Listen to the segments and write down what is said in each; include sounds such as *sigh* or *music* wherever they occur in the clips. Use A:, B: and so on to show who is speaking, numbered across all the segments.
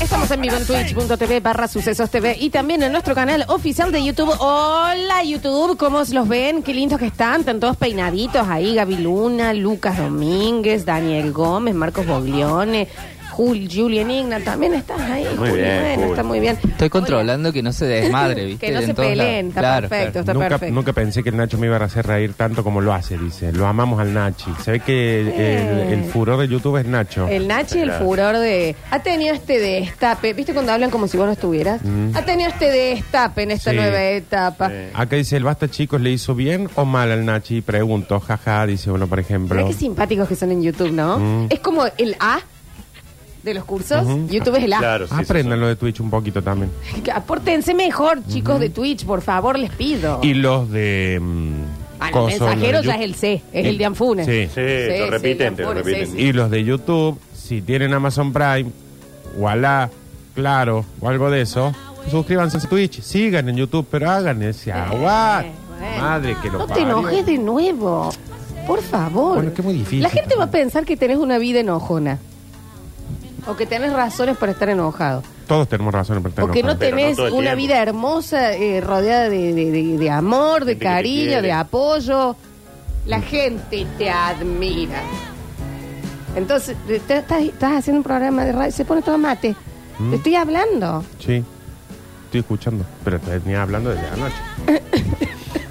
A: Estamos en vivo en twitch.tv barra sucesos TV y también en nuestro canal oficial de YouTube. Hola YouTube, ¿cómo los ven? Qué lindos que están, están todos peinaditos ahí. Gaby Luna, Lucas Domínguez, Daniel Gómez, Marcos Boglione, Jul, Julian Igna, también estás ahí.
B: Muy
A: Juli,
B: bien,
A: bueno,
B: Juli.
A: está muy bien.
C: Estoy controlando que no se
A: *laughs*
C: desmadre, ¿viste?
A: Que no
C: En
A: se
C: todos lados.
A: peleen, está
C: Claro,
A: perfecto,
C: claro.
A: está
B: Nunca,
A: perfecto.
B: nunca pensé que el Nacho me iba a hacer reír tanto como lo hace, dice. Eh, Lo amamos al Nachi. Se ve que el, el- el furor de YouTube es Nacho.
A: Eh. El Nachi, el
B: Claro.
A: furor de. Ha tenido este destape. ¿Viste cuando hablan como si vos no estuvieras? Ha tenido este destape en esta
B: Mm. Sí.
A: nueva etapa.
B: Acá dice, el basta chicos, ¿le hizo bien o mal al Nachi? Pregunto, jaja, dice uno, por
A: Mirá
B: ejemplo.
A: qué simpáticos que son en YouTube, ¿no?
B: Mm.
A: Es como el A de los cursos.
B: Ujú.
A: YouTube es el A.
D: Claro, sí,
B: Aprendan lo de Twitch un poquito también.
A: Que *laughs* Apórtense mejor, chicos de Twitch, por favor, les pido.
B: Y los de... mm,
A: Ah, el
B: coso,
A: mensajero
B: los de
A: ya es
B: Yu-
A: el C, es el de Anfunes.
B: Sí.
D: Sí, lo
A: sí,
D: repiten,
A: el
D: lo
A: Anfunes,
D: repiten.
A: sí, sí.
B: Y los de YouTube, si tienen Amazon Prime, Wallah, Claro o algo de eso, suscríbanse a Twitch, sigan en YouTube, pero hagan ese aguante.
A: Eh, bueno.
B: Madre que lo
A: No te
B: parió.
A: enojes de nuevo. Por favor.
B: Bueno, que es muy difícil.
A: La gente va a pensar que tenés una vida enojona. O que tenés razones para estar enojado.
B: Todos tenemos razón para estar
A: o que no
B: enojados.
D: pero no
A: tenés
D: todo el
A: una
D: tiempo.
A: vida hermosa eh, rodeada de, de- de- de amor, de
D: Gente que te
A: cariño,
D: quiere. Mm.
A: de apoyo. La gente te admira. Entonces, te- te- estás, estás haciendo un programa de radio, se pone todo mate.
D: Mm.
A: Te estoy hablando.
B: Sí, estoy escuchando, pero te venía hablando desde anoche.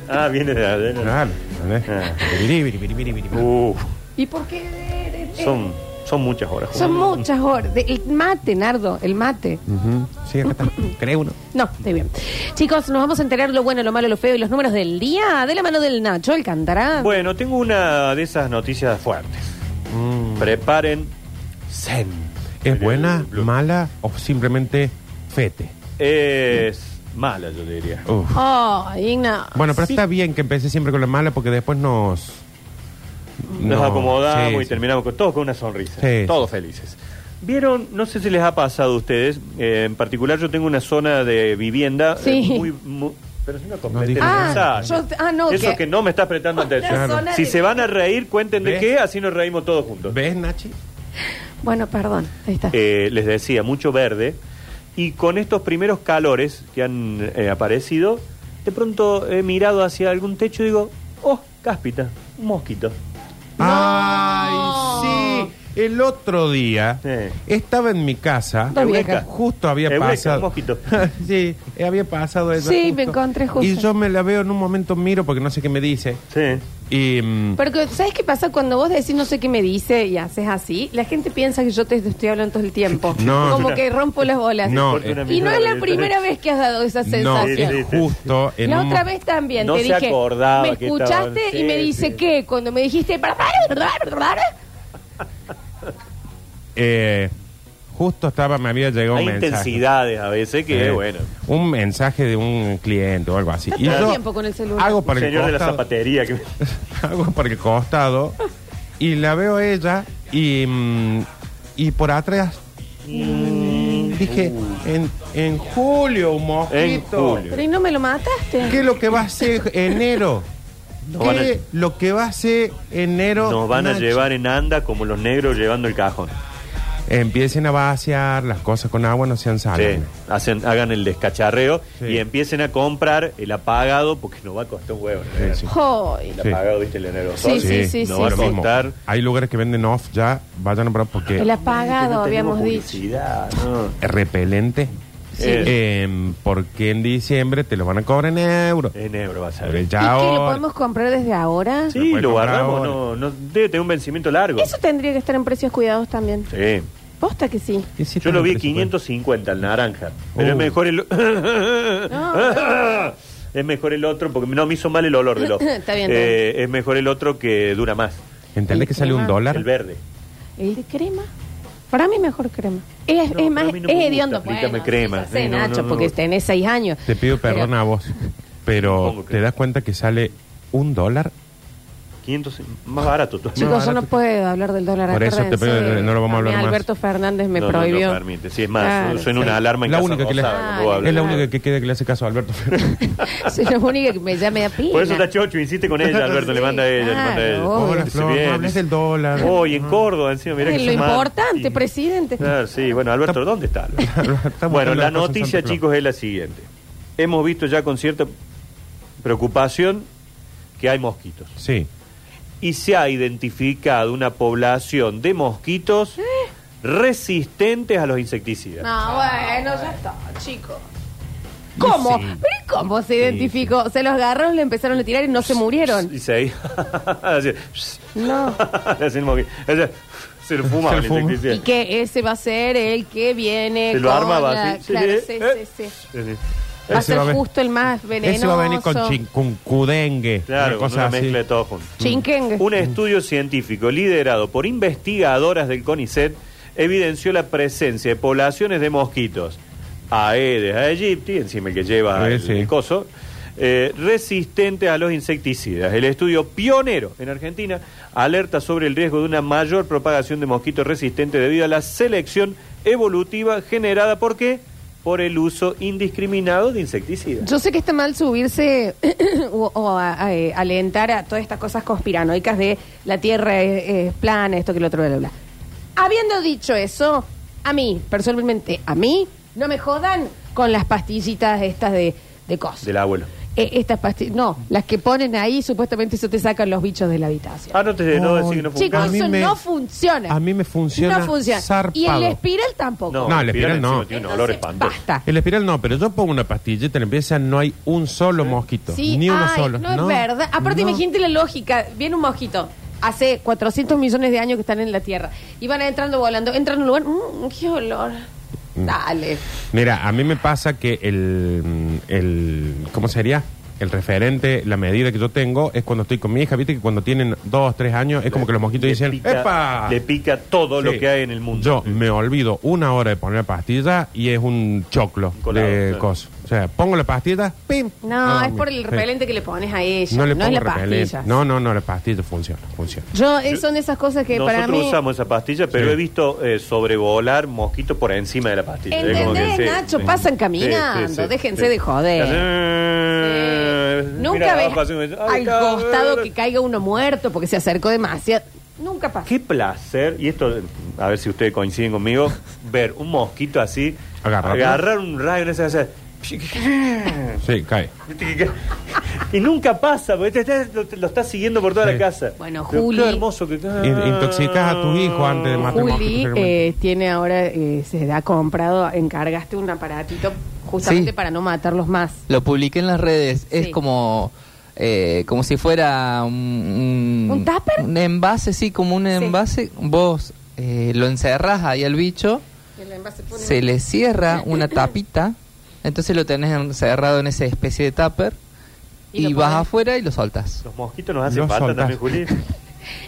D: Ah, viene de adentro.
B: Claro, ¿entendés?
D: Ah.
B: Biri, biri, biri, biri, biri.
D: Uh,
A: ¿Y por qué? eh, eh,
D: son, son muchas horas.
A: Son muchas horas. De- El mate, Nardo, el mate.
B: Ujú,
D: *laughs*
B: Sí, acá está. Cree uno.
A: No, estoy bien. Chicos, nos vamos a enterar lo bueno, lo malo, lo feo y los números del día de la mano del Nacho, el cantará.
D: Bueno, tengo una de esas noticias fuertes. Mm. Preparen Zen.
B: ¿Es buena,
D: Blue.
B: mala o simplemente fete?
D: Es mala, yo diría.
B: Uf.
A: Oh, Igna.
B: Bueno, pero está bien que empecé siempre con la mala porque después nos...
D: Nos
B: no,
D: acomodamos
B: sí,
D: y
B: sí.
D: terminamos con, todos con una sonrisa.
B: Sí.
D: Todos felices. Vieron, no sé si les ha pasado a ustedes, eh, en particular yo tengo una zona de vivienda eh,
A: Sí.
D: muy, mu- Pero si no completen
B: digas
D: el
A: Ah,
D: mensaje.
A: yo- ah, no,
D: Eso
A: que-
D: que no me estás prestando
A: Otra
D: atención.
A: zona
D: Si
A: de-
D: se van a reír, cuenten de
B: ¿Ves?
D: qué, así nos reímos todos juntos.
B: ¿Ves, Nachi?
A: Bueno, perdón. Ahí está.
D: Eh, les decía, mucho verde. Y con estos primeros calores que han eh, aparecido, de pronto he mirado hacia algún techo y digo, oh, cáspita, un mosquito.
B: ¡Ay, sí! El otro día
D: Sí.
B: estaba en mi casa.
A: Dos viejas.
B: Eureka. Justo había
D: Eureka,
B: pasado.
D: un mosquito.
B: *laughs* sí, eh, había pasado eso.
A: Sí, me encontré justo.
B: Y yo me la veo en un momento, miro porque no sé qué me dice.
D: Sí.
B: Y. mm,
A: Porque, ¿sabes qué pasa? Cuando vos decís no sé qué me dice y haces así, la gente piensa que yo te estoy hablando todo el tiempo.
B: *laughs* No.
A: Como que rompo las bolas.
B: No,
D: Corta una
B: eh,
A: Y no
D: mirada
A: es la
D: de-
A: primera vez que has dado esa
B: no,
A: sensación.
D: Sí, sí,
B: es
D: sí.
B: justo en
A: La
B: un
A: otra vez también
D: No
A: te
D: se
A: dije,
D: acordaba
A: me
D: que estaba-
A: escuchaste y
D: Sí,
A: me dice
D: sí.
A: que cuando me dijiste
B: eh, justo estaba, me había llegado
D: Hay
B: un mensaje.
D: intensidades a veces que,
B: Eh,
D: bueno.
B: Un mensaje de un cliente o algo así.
A: Está
B: y
A: todo el
B: yo
A: tiempo con el celular.
B: Hago
D: Un
B: para el
D: señor de la
B: costado.
D: zapatería que
B: *laughs* hago por el costado y la veo a ella y, mm, y por atrás mm, dije
D: Uh,
B: en, en julio un mosquito
D: En julio.
A: Pero y no me lo mataste.
B: ¿qué es lo que va a ser enero?
D: Nos van a-
B: ¿qué es lo que va a ser enero?
D: nos van a
B: Nacho?
D: llevar en anda como los negros llevando el cajón.
B: empiecen a vaciar las cosas con agua no sean
D: Sí,
B: sales
D: hacen, hagan el descacharreo
B: Ah, Sí.
D: y empiecen a comprar el apagado porque nos va a costar un huevo. ¿eh?
B: Sí, sí.
A: Ay.
D: El
B: Sí.
D: apagado, viste, el
A: Sí,
D: aerosol.
A: sí, sí,
D: nos
A: sí,
D: va a
B: lo mismo.
D: costar.
B: hay lugares que venden off ya vayan a probar porque
A: El apagado,
D: No tenemos
A: habíamos dicho.
D: publicidad, no.
B: repelente
A: Sí.
B: Em, porque en diciembre te lo van a cobrar en euros
D: En euro va a
B: Pero
D: ser.
B: ya
A: ¿Y qué, lo
B: ahora-
A: podemos comprar desde ahora?
D: Sí,
B: Lo
D: lo
B: puede comprar
D: guardamos.
B: ahora.
D: No, no, debe tener un vencimiento largo.
A: Eso tendría que estar en precios cuidados también.
D: Sí.
A: Posta que sí.
B: ¿Qué hiciste
D: Yo lo
B: en
D: vi
B: el presupuesto?
D: 550 el naranja. Pero
B: Uh.
D: es mejor el. *laughs* es mejor el otro porque no me hizo mal el olor del ojo.
A: Ah. *laughs* Está bien, está
D: Eh, es mejor el otro que dura más.
B: ¿Entendés que sale un
D: El
B: dólar?
D: verde.
A: ¿El de crema? Para mí mejor crema. Es,
D: No,
A: es
D: pero
A: más,
D: a mí no me
A: es
D: gusta,
A: hediondo.
D: aplícame crema.
A: ya sé,
D: Sí, no,
A: Nacho,
D: no, no.
A: porque tenés seis años.
B: Te pido perdón a vos, pero
D: Supongo que-
B: ¿te das cuenta que sale un dólar?
D: 500, más barato. todavía.
B: No,
A: Chicos, yo
B: ahora
A: no
B: te-
A: puedo hablar del dólar
B: Por eso te
A: acuérdense.
B: pido, no lo vamos a hablar
A: mí
B: más.
A: Alberto Fernández me
D: No, no, no
A: prohibió.
D: permite. Sí, es más,
A: Claro,
D: suena
A: sí.
D: una alarma en
B: La
D: casa
B: única que le-
D: rosada cuando vos
A: Ah,
D: hablas.
B: Es la
A: Claro.
B: única que queda que le hace caso a Alberto Fernández.
A: *laughs* *laughs* Soy la única que me llame a pila.
D: Por eso está Chocho, insiste con ella, Alberto, le manda a ella, le manda a ella.
A: Claro, obvio.
B: Hola,
D: Dice,
B: Flor,
D: bien,
B: no hables
D: dice,
B: del dólar.
D: Hoy en Córdoba, encima, mira
A: Ay,
D: que
A: lo
D: se manda.
A: importante,
D: Y-
A: presidente.
D: Claro, sí,
A: *laughs*
D: bueno, Alberto, ¿dónde está? Alberto?
B: Estamos
D: bueno, la
B: buscando las cosas en
D: noticia,
B: Santa Claus.
D: chicos, es la siguiente. Hemos visto ya con cierta preocupación que hay mosquitos.
B: Sí.
D: Y se ha identificado una población de mosquitos resistentes a los insecticidas.
A: ¿Eh? No, bueno, ya está, chicos. ¿Cómo?
B: Sí.
A: ¿Pero y cómo se identificó? Se los agarraron, le empezaron a tirar y no se murieron.
D: Y se ahí. *laughs* así,
A: No.
D: *laughs* así el mosquito. Así, se lo fuma
B: Se lo
D: el
B: fuma.
D: insecticida.
A: Y que ese va a ser el que viene.
D: Se lo
A: con
D: arma
A: la-
D: así.
A: Claro,
D: eh,
A: sí,
D: eh.
A: sí, sí.
D: Así.
A: Va a
B: Ese
A: ser
B: va a ver-
A: justo el más venenoso.
B: Ese va a venir con, chin- con cudengue.
D: Claro,
B: una
D: con
B: cosa
D: una
B: así.
D: mezcla de todo junto.
A: Chinquengue.
D: Un estudio científico liderado por investigadoras del CONICET evidenció la presencia de poblaciones de mosquitos, Aedes aegypti, encima el que lleva
B: Sí,
D: el,
B: sí.
D: el coso, eh, resistentes a los insecticidas. El estudio pionero en Argentina alerta sobre el riesgo de una mayor propagación de mosquitos resistentes debido a la selección evolutiva generada por qué? Por el uso indiscriminado de insecticidas.
A: Yo sé que está mal subirse *coughs* o, o a- a, eh, alentar a todas estas cosas conspiranoicas de la Tierra es, es plana, esto que lo otro, bla, bla, bla. Habiendo dicho eso, a mí, personalmente, a mí, no me jodan con las pastillitas estas de, de cosas.
D: Del abuelo.
A: Eh, estas pastillas, no, las que ponen ahí, supuestamente eso te sacan los bichos de la habitación.
D: Ah, no te no, decís que no fue
B: Ay,
D: un
A: Chicos,
B: a
D: caso.
B: mí
A: eso
B: me-
A: no funciona.
B: a mí me funciona
A: No funciona. Y el
B: zarpado.
A: espiral tampoco.
B: No, la espiral
D: encima
B: no.
D: Tiene un olor
A: Entonces,
D: espantoso.
A: Basta.
B: El espiral no, pero yo pongo una pastillita en la pieza, no hay un solo mosquito.
A: Sí,
B: ni uno
A: ay,
B: solo.
A: No, es verdad. Aparte,
B: No.
A: imagínate la lógica. Viene un mosquito. Hace 400 millones de años que están en la Tierra. Y van entrando volando. Entran en un lugar. mm, ¡Qué olor!
B: Mm.
A: Dale.
B: Mira, a mí me pasa que el, el. ¿Cómo sería? El referente, la medida que yo tengo es cuando estoy con mi hija. Viste que cuando tienen dos, tres años es como que los mosquitos
D: Le
B: dicen:
D: pica-
B: ¡Epa!
D: Le pica todo lo
B: Sí.
D: que hay en el mundo.
B: Yo me olvido una hora de poner la pastilla y es un choclo
D: Un colado,
B: de
D: claro.
B: cosas. O sea, pongo la pastilla, ¡pim!
A: No,
B: Ah,
A: es por el
B: sí.
A: repelente que le pones a ella.
B: No
A: No,
B: le
A: es
B: pongo
A: la
B: repelente.
A: pastilla.
B: No, no, no, la pastilla funciona, funciona.
A: Yo, eh, son esas cosas que
D: Nosotros
A: para mí.
D: usamos esa pastilla, pero
B: Sí.
D: he visto eh, sobrevolar mosquitos por encima de la pastilla. Es como que
A: ¿Entendés,
D: sí,
A: Nacho?
D: sí.
A: Pasan
D: Sí,
A: caminando.
D: sí, sí,
A: Déjense
D: sí.
A: de joder.
D: Eh, mira,
A: Nunca ves
D: abajo, así como dice, "Ay,
A: al
D: cabrón".
A: costado que caiga uno muerto porque se acercó demasiado. Nunca pasa.
D: Qué placer, y esto, eh, a ver si ustedes coinciden conmigo, ver un mosquito así,
B: Agarrarlo.
D: agarrar un rayo en esa... esa-
B: Sí, cae.
D: Y nunca pasa, porque te estás- lo, lo estás siguiendo por toda
B: Sí.
D: la casa.
A: Bueno,
D: Pero
A: Juli.
D: Qué hermoso que
B: In- intoxicás a tu hijo antes de matar el
A: Juli
B: mosquito,
A: eh, tiene ahora, eh, se ha comprado, encargaste un aparatito justamente
C: Sí.
A: para no matarlos más.
C: Lo publiqué en las redes. Es
A: Sí.
C: como eh, como si fuera un...
A: ¿Un tupper?
C: Un envase, sí, como un envase. Vos eh, lo encerrás ahí al bicho, se le cierra una tapita, entonces lo tenés encerrado en esa especie de tupper
A: Y
C: y,
A: lo
C: vas
A: pones.
C: afuera y lo soltás.
D: Los mosquitos nos hacen
B: Los
D: falta
B: soltás.
D: *laughs* también, Juli.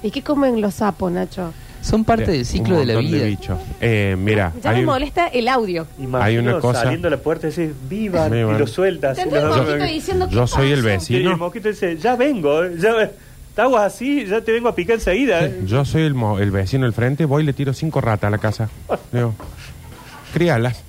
A: ¿Y qué comen los sapos, Nacho?
C: Son parte
B: Sí,
C: del
B: un
C: ciclo de la
B: montón
C: vida.
B: bichos. Eh, mira,
A: Ya
B: hay
A: me
B: un-
A: molesta el audio.
B: Hay una cosa-
D: saliendo a la puerta y decís, viva,
B: Vivan.
D: y lo sueltas. y
A: Tendrá
D: lo-
A: un mosquito diciendo
B: yo
A: "¿Qué
B: soy el
A: pasó?".
D: Sí, y el
B: vecino.
D: mosquito dice, ya vengo, eh, ya estabas así, ya te vengo a picar enseguida. eh".
B: Yo soy el, mo- el vecino del frente, voy y le tiro cinco ratas a la casa. Digo,
D: *laughs*
B: críalas.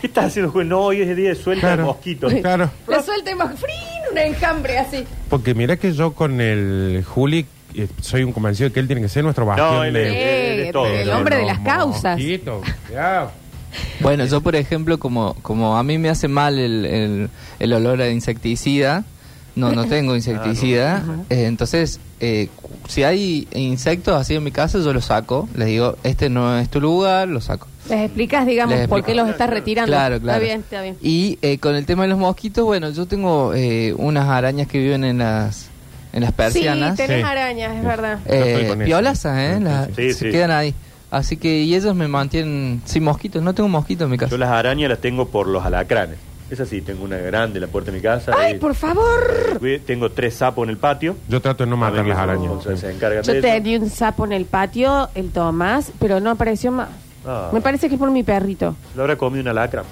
D: ¿Qué estás haciendo, Juli? No, hoy es el día de suelta de mosquitos.
B: Claro.
A: Lo suelta y más frín, un enjambre así.
B: Porque mira que yo con el Juli eh, soy un convencido de que él tiene que ser nuestro bastión.
D: él
B: de-
D: es- Eh, de
A: Eh,
D: todo,
A: el
D: de
A: hombre de
B: los
A: las causas.
B: mosquitos. Cuidado.
C: Bueno, yo por ejemplo, como, como a mí me hace mal el, el- el olor a insecticida, no, no tengo insecticida,
A: Ah,
C: eh, entonces eh, cu- si hay insectos así en mi casa, yo los saco, les digo, este no es tu lugar, lo saco.
A: Les explicas, digamos,
C: Les
A: por qué
C: explico.
A: los estás retirando.
C: Claro, claro.
A: Está bien, está bien.
C: Y eh, con el tema de los mosquitos, bueno, yo tengo eh, unas arañas que viven en las, en las persianas.
A: Sí, tenés
B: Sí.
A: arañas, es verdad.
B: Yo estoy
C: Eh,
B: con eso.
C: piolasas, ¿eh? Las-
D: Sí,
C: se
D: sí.
C: quedan ahí. Así que, y ellos me mantienen sin mosquitos. No tengo mosquitos en mi casa.
D: Yo las arañas las tengo por los alacranes. Esa sí, tengo una grande en la puerta de mi casa.
A: Ay,
D: eh,
A: por favor.
D: cuide- Tengo tres sapos en el patio.
B: Yo trato de no matar
D: También
B: las
D: que
B: arañas.
D: son- se- se encargan de
A: Yo
D: eso.
A: tenía un sapo en el patio, el Tomás, pero no apareció más.
D: Ah.
A: Me parece que es por mi perrito.
D: Lo habrá comido una lacra.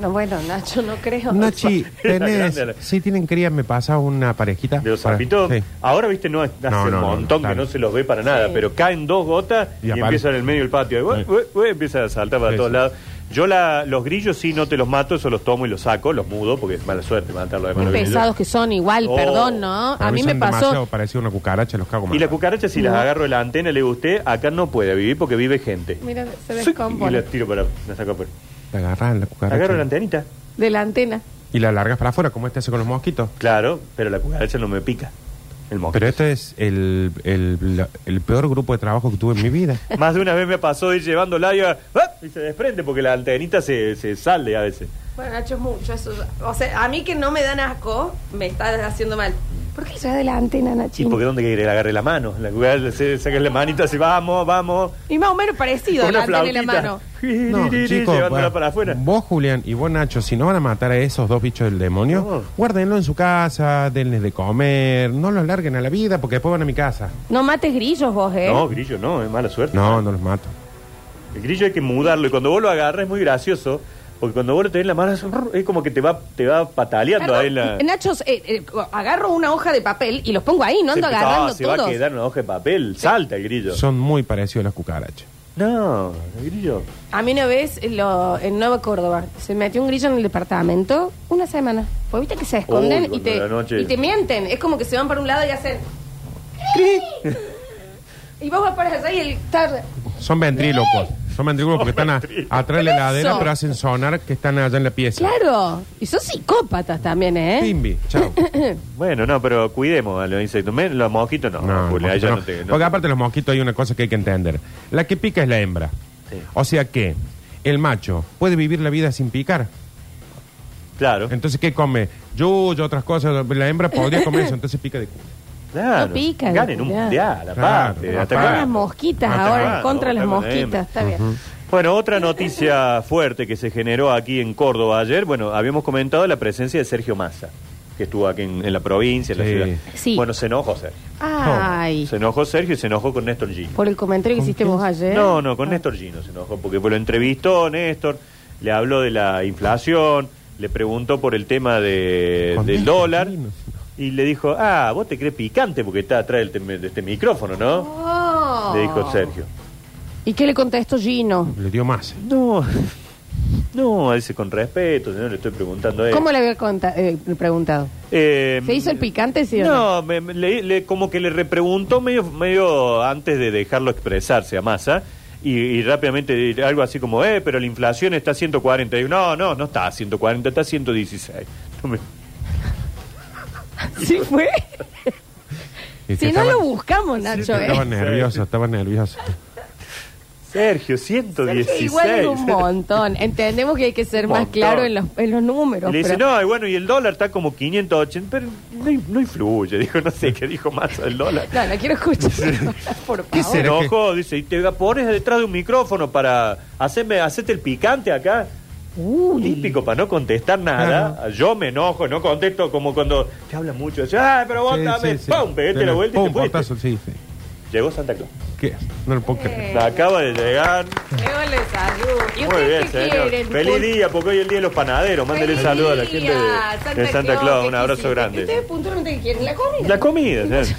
A: No, bueno, Nacho, no creo.
B: Nachi,
D: Era
B: tenés.
D: *laughs* grande la-
B: Si tienen crías, me pasa una parejita.
D: De los
B: Ah, Para-
D: zapitos.
B: sí.
D: Ahora, viste, no hace
B: No,
D: un
B: no, no,
D: montón que
B: claro.
D: no se los ve para nada, pero caen dos gotas
B: Y
D: y,
B: aparte-
D: empiezan en el medio del patio. Y, ué,
B: Sí.
D: ué, ué, empiezan a saltar para
B: Sí,
D: todos
B: sí.
D: lados. Yo la, los grillos sí no te los mato, eso los tomo y los saco, los mudo, porque es mala suerte matarlos de
A: Qué
D: mano de grillo.
A: pesados que son igual,
D: Oh.
A: perdón, ¿no? A
B: Para
A: mí me
B: son
A: pasó.
B: demasiado parecido a una cucaracha, los cago mal.
D: Y la cucaracha, si las agarro de la antena, le gusté, acá no puede vivir porque vive gente.
A: Mira, se
D: Sí, y
A: descompone.
D: la tiro para. La saco afuera.
B: La agarras la cucaracha.
D: Agarro la antenita.
A: De la antena.
B: Y la largas para afuera, como este hace con los mosquitos.
D: Claro, pero la cucaracha no me pica. El mosquito.
B: Pero este es el, el, la- el peor grupo de trabajo que tuve en mi vida.
D: Más de una vez me pasó ir llevando la y se desprende porque la antenita se, se sale a veces.
A: Bueno, Nacho, es mucho eso. O sea, a mí que no me dan asco, me estás haciendo mal. ¿Por qué eso es de la antena,
D: ¿Y
A: Nacho?
D: porque dónde quiere que le agarre la mano? La cucaracha se saca la manita así, vamos, vamos.
A: Y más o menos parecido,
D: Con
A: la
D: una
A: antena y la
D: flautita. *laughs*
A: mano.
B: No, chicos,
D: llevándola
B: va-
D: para afuera.
B: vos Julián y vos Nacho, si no van a matar a esos dos bichos del demonio,
D: No.
B: guárdenlo en su casa, denles de comer, no los larguen a la vida porque después van a mi casa.
A: No mates grillos vos, ¿eh?
D: No, grillo no, es mala suerte.
B: No, no los mato.
D: El grillo hay que mudarlo y cuando vos lo agarras es muy gracioso. Porque cuando vos lo tenés en la mano es un- es como que te va, te va pataleando
A: Perdón,
D: ahí la...
A: Nacho, eh, eh, agarro una hoja de papel y los pongo ahí, no
D: Se
A: ando
D: empieza,
A: agarrando
D: "Ah, se va
A: todos.
D: a quedar una hoja de papel. Salta el grillo.
B: Son muy parecidos a las cucarachas.
D: No, el grillo.
A: A mí una vez eh, lo- en Nueva Córdoba se metió un grillo en el departamento una semana. Pues viste que se esconden
D: Uy,
A: y, te,
D: cuando la noche-
A: y te mienten. Es como que se van para un lado y hacen.
D: *laughs*
A: Y vos vas para allá y el tarde.
B: Son ventrílocos. Son ventrílocos porque están a- atrás de la heladera,
A: Eso.
B: pero hacen sonar que están allá en la pieza.
A: Claro. Y son psicópatas también, ¿eh?
B: Pimbi,
A: *laughs*
B: chao.
D: Bueno, no, pero cuidemos a los insectos. Men- Los mosquitos no.
B: No,
D: Julia, ahí ya
B: mosquito no.
D: no te- no.
B: Porque aparte los mosquitos hay una cosa que hay que entender. La que pica es la hembra.
D: Sí.
B: O sea que el macho puede vivir la vida sin picar.
D: Claro.
B: Entonces, ¿qué come? Yuyo, otras cosas. La hembra podría comer
A: *laughs*
B: eso, entonces pica de culo.
D: claro.
A: No pican,
D: Ganen un
A: Julia.
D: mundial,
B: Claro,
D: aparte.
B: aparte.
D: hasta
A: Con
D: acá.
A: las mosquitas
B: Ah,
A: ahora,
D: claro,
A: contra las
D: está con M.
A: mosquitas. Está bien.
D: Bueno, otra noticia fuerte que se generó aquí en Córdoba ayer, bueno, habíamos comentado la presencia de Sergio Massa, que estuvo aquí en, en la provincia, en la
B: Sí.
D: ciudad.
A: Sí.
D: Bueno, se enojó Sergio.
A: Ay.
D: Se enojó Sergio y se enojó con Néstor Gino.
A: Por el comentario que hiciste vos ayer.
D: No, no,
A: Ah.
D: con Néstor Gino se enojó, porque lo entrevistó Néstor, le habló de la inflación, le preguntó por el tema de,
B: Con
D: del
B: Néstor
D: dólar
B: Gino.
D: y le dijo, ah, vos te crees picante porque está atrás del tem- de este micrófono, ¿no?
A: Oh.
D: Le dijo Sergio.
A: ¿Y qué le contestó Gino?
B: Le dio más.
D: No, no, dice con respeto, señor, le estoy preguntando a él.
A: ¿Cómo le había conta- eh, preguntado?
D: Eh,
A: ¿Se hizo el picante, sí o
D: No, me- me- le- le- como que le repreguntó medio, medio antes de dejarlo expresarse a Massa. Y, y rápidamente algo así como, eh, pero la inflación está a 140. Y yo, no, no, no está a 140, está a *laughs* 116. No me-
A: *laughs* Sí fue.
B: Y
A: Si
B: que
A: no
B: estaba-
A: lo buscamos, Nacho. ¿eh?
B: Estaba nervioso, estaba nervioso.
A: Sergio
D: Sergio, 116.
A: Igual es un montón. Entendemos que hay que ser
D: Un
A: más
D: montón.
A: claro en los, en los números.
D: Y le dice,
A: pero-
D: no, y bueno, y el dólar está como 580, pero no, in- no influye. *laughs* Dijo, no sé qué dijo Massa del dólar.
A: no, no quiero escuchar. Por
B: ¿Qué
D: Se
A: favor.
B: será que-
D: enojó, dice, y te pones detrás de un micrófono para hacerme, hacerte el picante acá.
B: Uh,
D: Típico, para no contestar nada. Yo me enojo, no contesto como cuando te hablan mucho. dice, Ay, pero vos
B: Sí,
D: dame,
B: sí, sí.
D: pum, pegate la vuelta y
B: Pum,
D: te fuiste".
B: portazo, sí, sí.
D: Llegó Santa Claus.
B: ¿Qué? No lo
A: Eh,
B: puedo creer.
D: Acaba de llegar.
A: Démosle salud. ¿Y
D: Muy
A: ustedes
D: bien,
A: qué
D: señor.
A: quieren?
D: Feliz
A: Pun-
D: día, porque hoy es el día de los panaderos. Mándele
A: Feliz
D: saludos a la
A: día,
D: gente de de Santa, Claus. Un
A: ¿qué
D: abrazo
A: quisiste? ¿Y
D: grande.
A: ustedes puntualmente qué quieren? ¿La comida?
D: La comida, señor.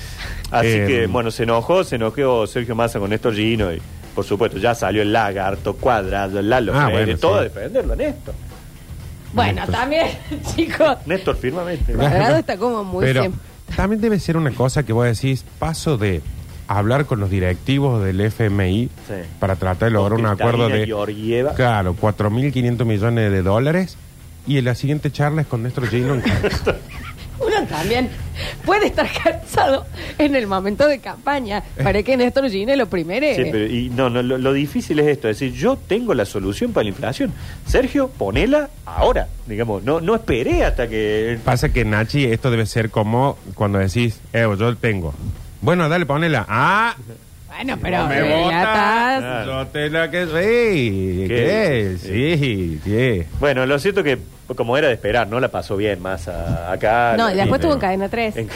D: Así
B: Eh,
D: que, bueno, se enojó, se enojó Sergio Massa con Néstor Gino y, por supuesto, ya salió el lagarto, cuadrado, el Lalo
B: Ah,
D: Freire,
B: bueno,
D: todo
B: sí.
D: a defenderlo a Néstor.
A: Bueno, también, *laughs* chicos.
D: Néstor, firmamente.
A: Claro. Colorado está como muy
B: Pero
A: siempre.
B: también debe ser una cosa que vos decís, paso de hablar con los directivos del FMI
D: Sí.
B: para tratar de lograr
D: Con
B: un acuerdo
D: Cristalina
B: de
D: Georgieva.
B: claro, 4.500 millones de dólares y en la siguiente charla es con Néstor Gino en Córdoba.
A: Uno también puede estar cansado en el momento de campaña para que Néstor Gine lo primero.
D: Eh. Sí, pero, y no, no, lo, lo difícil es esto, es decir, yo tengo la solución para la inflación. Sergio, ponela ahora, digamos, no, no esperé hasta que...
B: Pasa que Nachi, esto debe ser como cuando decís, eh, yo tengo. Bueno, dale, ponela. Ah,
A: Bueno, pero
B: no me
A: eh, la
B: votas.
A: tas-
D: Claro.
B: Yo te la que sí.
D: ¿Qué?
B: ¿Qué? Sí, sí.
D: Bueno, lo cierto que, como era de esperar, no la pasó bien más a- acá.
A: No, y después
B: Sí,
A: tuvo en
B: pero-
A: cadena 3.
D: Ah, En-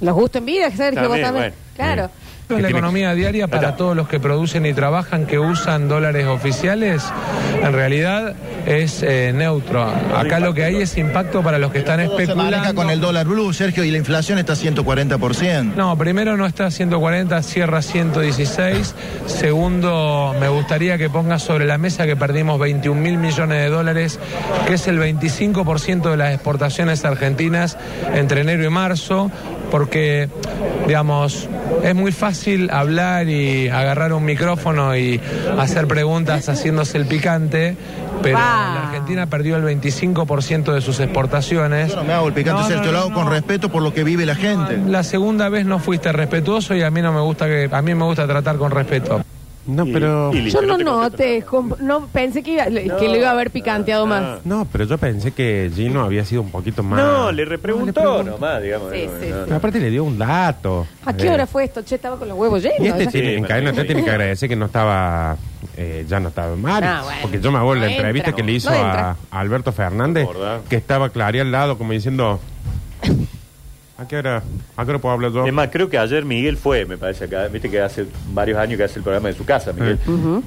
A: Los gusto en vida, Sergio, vos
D: También,
A: también.
D: bueno.
A: Claro.
E: impacto en la
B: tiene-
E: economía diaria para todos los que producen y trabajan que usan dólares oficiales, en realidad es eh, neutro. Acá lo que hay es impacto para los que están
F: Todo se maneja
E: especulando.
F: con el dólar blue, Sergio, y la inflación está a 140%.
E: No, primero no está 140, cierra 116. Segundo, me gustaría que pongas sobre la mesa que perdimos 21 mil millones de dólares, que es el 25% de las exportaciones argentinas entre enero y marzo, porque, digamos, es muy fácil hablar y agarrar un micrófono y hacer preguntas haciéndose el picante. Pero
A: Pa.
E: la Argentina perdió el 25% de sus exportaciones.
F: Yo no me hago el picante,
E: No, no,
F: Sergio,
E: no,
F: lo hago
E: no.
F: con respeto por lo que vive la gente.
E: La segunda vez no fuiste respetuoso y a mí no me gusta que a mí me gusta tratar con respeto.
B: No, pero.
D: Y listo,
A: Yo no
D: te
A: noté, comp- no pensé que, iba- que lo iba a haber picanteado más.
B: No, pero yo pensé que Gino había sido un poquito más.
D: No, le repreguntó
B: No, le preguntó.
D: nomás, digamos.
A: Sí,
D: digamos,
A: sí,
D: no,
A: sí.
D: no.
B: Aparte le dio un dato.
A: ¿A qué
B: Eh,
A: hora fue esto? Che, estaba con los huevos llenos.
B: Y este
A: ya.
B: tiene,
D: Sí,
B: en
D: bueno,
B: cadena
D: sí.
B: tres tiene que agradecer que no estaba, eh, ya no estaba mal.
A: Ah, bueno.
B: Porque yo me acuerdo la
A: No
B: entrevista
A: entra,
B: que le hizo
A: no entra.
B: a, a Alberto Fernández,
D: Gorda.
B: que estaba Clary al lado, como diciendo, ¿a qué hora, a qué hora puedo hablar yo?
D: Es más, creo que ayer Miguel fue, me parece, acá, viste que hace varios años que hace el programa de su casa, Miguel,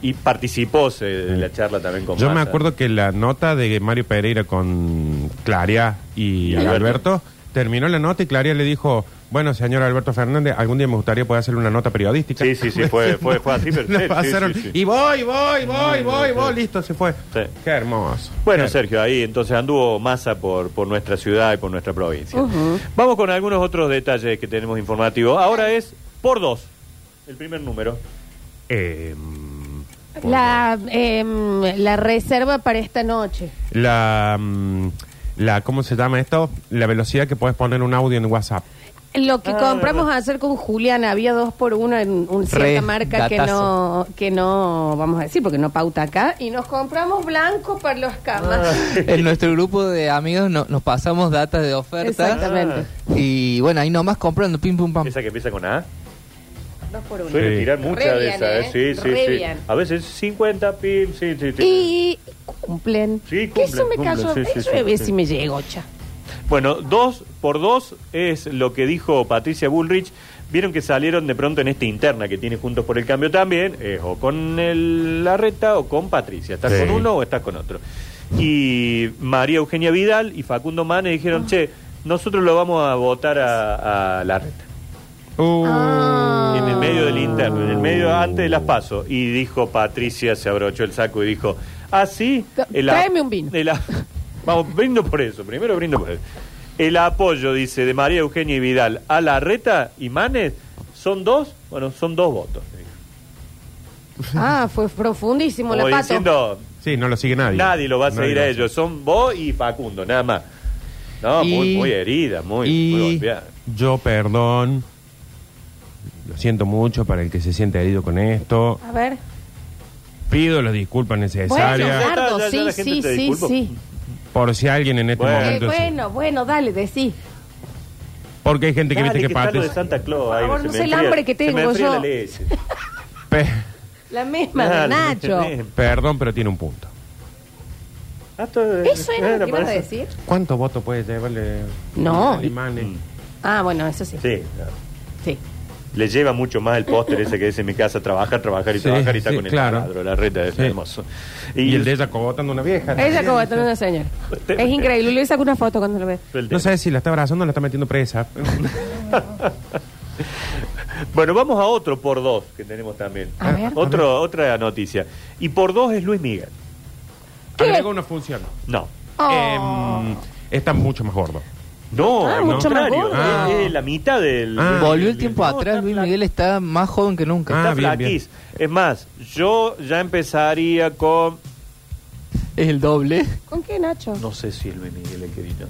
D: y participó se- de la charla también con
B: Yo me
D: Massa.
B: acuerdo que la nota de Mario Pereira con Claria y,
D: Y
B: Alberto.
D: Alberto.
B: terminó la nota y Claria le dijo, bueno, señor Alberto Fernández, algún día me gustaría poder hacerle una nota periodística.
D: Sí, sí, sí,
B: *laughs*
D: fue- fue- fue así, pero-
B: Lo
D: sí, sí,
B: pasaron,
D: sí, sí.
B: Y voy, voy, voy, voy, voy, listo, se fue.
D: Sí.
B: Qué hermoso.
D: Bueno, Sergio, ahí entonces anduvo masa por, por nuestra ciudad y por nuestra provincia. Vamos con algunos otros detalles que tenemos informativos. Ahora es por dos, el primer número.
B: Eh,
A: La, em, la reserva para esta noche.
B: la, mm, la, ¿cómo se llama esto? La velocidad que puedes poner un audio en WhatsApp.
A: Lo que compramos ayer con Julián había dos por uno en un cierta
C: Re
A: marca que no,
C: datazo.
A: que no vamos a decir porque no pauta acá y nos compramos blanco para los camas.
C: *laughs* En nuestro grupo de amigos no- nos pasamos datas de ofertas.
A: Exactamente.
C: Y bueno, ahí nomás comprando pim pum pam.
D: Esa que empieza con A.
A: Dos por uno.
D: Suele
B: Sí.
D: tirar muchas
A: Re
D: de
A: bien,
D: esas,
A: ¿eh?
D: ¿eh? sí, sí,
A: Re
D: sí.
A: bien.
D: A veces 50 pil, sí, sí, sí.
A: Y cumplen.
D: Sí, cumplen,
A: Que Eso me
D: cumplen,
A: cayó.
D: sí, sí,
A: eso
D: sí,
A: a ver
D: sí.
A: si me llegó, cha.
D: Bueno, dos por dos es lo que dijo Patricia Bullrich. Vieron que salieron de pronto en esta interna que tiene Juntos por el Cambio también, es o con el Larreta o con Patricia. ¿Estás
B: Sí.
D: con uno o estás con otro? Y María Eugenia Vidal y Facundo Manes dijeron, che, nosotros lo vamos a votar a, a Larreta.
B: Uh,
A: Ah.
D: En el medio del interno, en el medio antes de las pasos. Y dijo Patricia, se abrochó el saco y dijo, ah, sí.
A: Tra-
D: el a-
A: tráeme un vino.
D: el a- Vamos, brindo por eso, primero brindo por eso. El apoyo, dice, de María Eugenia y Vidal a la reta y Manes, ¿son dos? Bueno, son dos votos.
A: Ah, fue profundísimo
D: Como
A: la pato.
D: diciendo,
B: Sí, no lo sigue nadie.
D: nadie lo va a seguir
B: lo-
D: a ellos, son vos y Facundo, nada más. No, muy,
C: Y-
D: muy herida, muy,
B: y
D: muy golpeada.
B: yo, perdón, lo siento mucho para el que se siente herido con esto.
A: A ver.
B: Pido las disculpas
A: Bueno,
B: necesarias
D: ya está,
A: Nardo,
D: ya- ya
A: sí,
D: la gente
A: sí,
D: te
A: sí,
D: disculpó.
A: sí.
B: por si alguien en este
D: Bueno.
A: Eh,
B: momento...
A: bueno, bueno, dale, decí.
B: Porque hay gente que
D: Dale,
B: viste que
D: está lo
B: parte...
D: de Santa Claus.
A: Por
D: ahí,
A: favor,
D: se
A: no
D: me
A: sé el
D: enfría-
A: hambre que
D: se me
A: tengo
D: enfría
A: yo.
D: la leche.
B: Pe-
A: La misma de
D: Dale,
A: Nacho.
D: tenés.
B: perdón, pero tiene un punto.
D: Ah, todo-
A: ¿Eso era lo
D: era
A: que
D: por
A: ibas a
D: eso.
A: decir?
B: ¿Cuántos votos puede llevarle?
A: No.
B: Animales?
D: Mm.
A: Ah, bueno, eso sí.
D: Sí,
A: Sí.
D: le lleva mucho más el póster ese que dice en mi casa, trabajar, trabajar y
B: Sí,
D: trabajar y está
B: sí,
D: con el
B: claro.
D: taladro, la reta, es
B: Sí.
D: hermoso.
B: Y, el de ella cobotando una vieja.
A: Ella como tener una
D: *laughs*
A: señora. Es increíble. Le saco una foto cuando lo ve.
D: el de-
B: No sé si la está abrazando o la está metiendo
A: *laughs*
B: presa.
D: Bueno, vamos a otro por dos que tenemos también. Ah,
A: A ver.
D: Otro, Otra noticia. Y por dos es Luis Miguel.
A: ¿Qué?
B: Agrega una función.
D: No.
A: Oh.
B: Em, está mucho más gordo.
D: No,
A: Ah,
D: al
A: mucho más
D: contrario,
A: gordo.
D: es- es, la mitad del...
B: Ah.
C: Volvió el tiempo
D: No,
C: atrás,
D: está
C: Luis
D: flaco.
C: Miguel está más joven que nunca.
D: Está
B: Ah, bien,
D: flaquís. Es más, yo ya empezaría con...
C: Es el doble.
A: ¿Con qué, Nacho?
D: No sé si es Luis Miguel el que vino.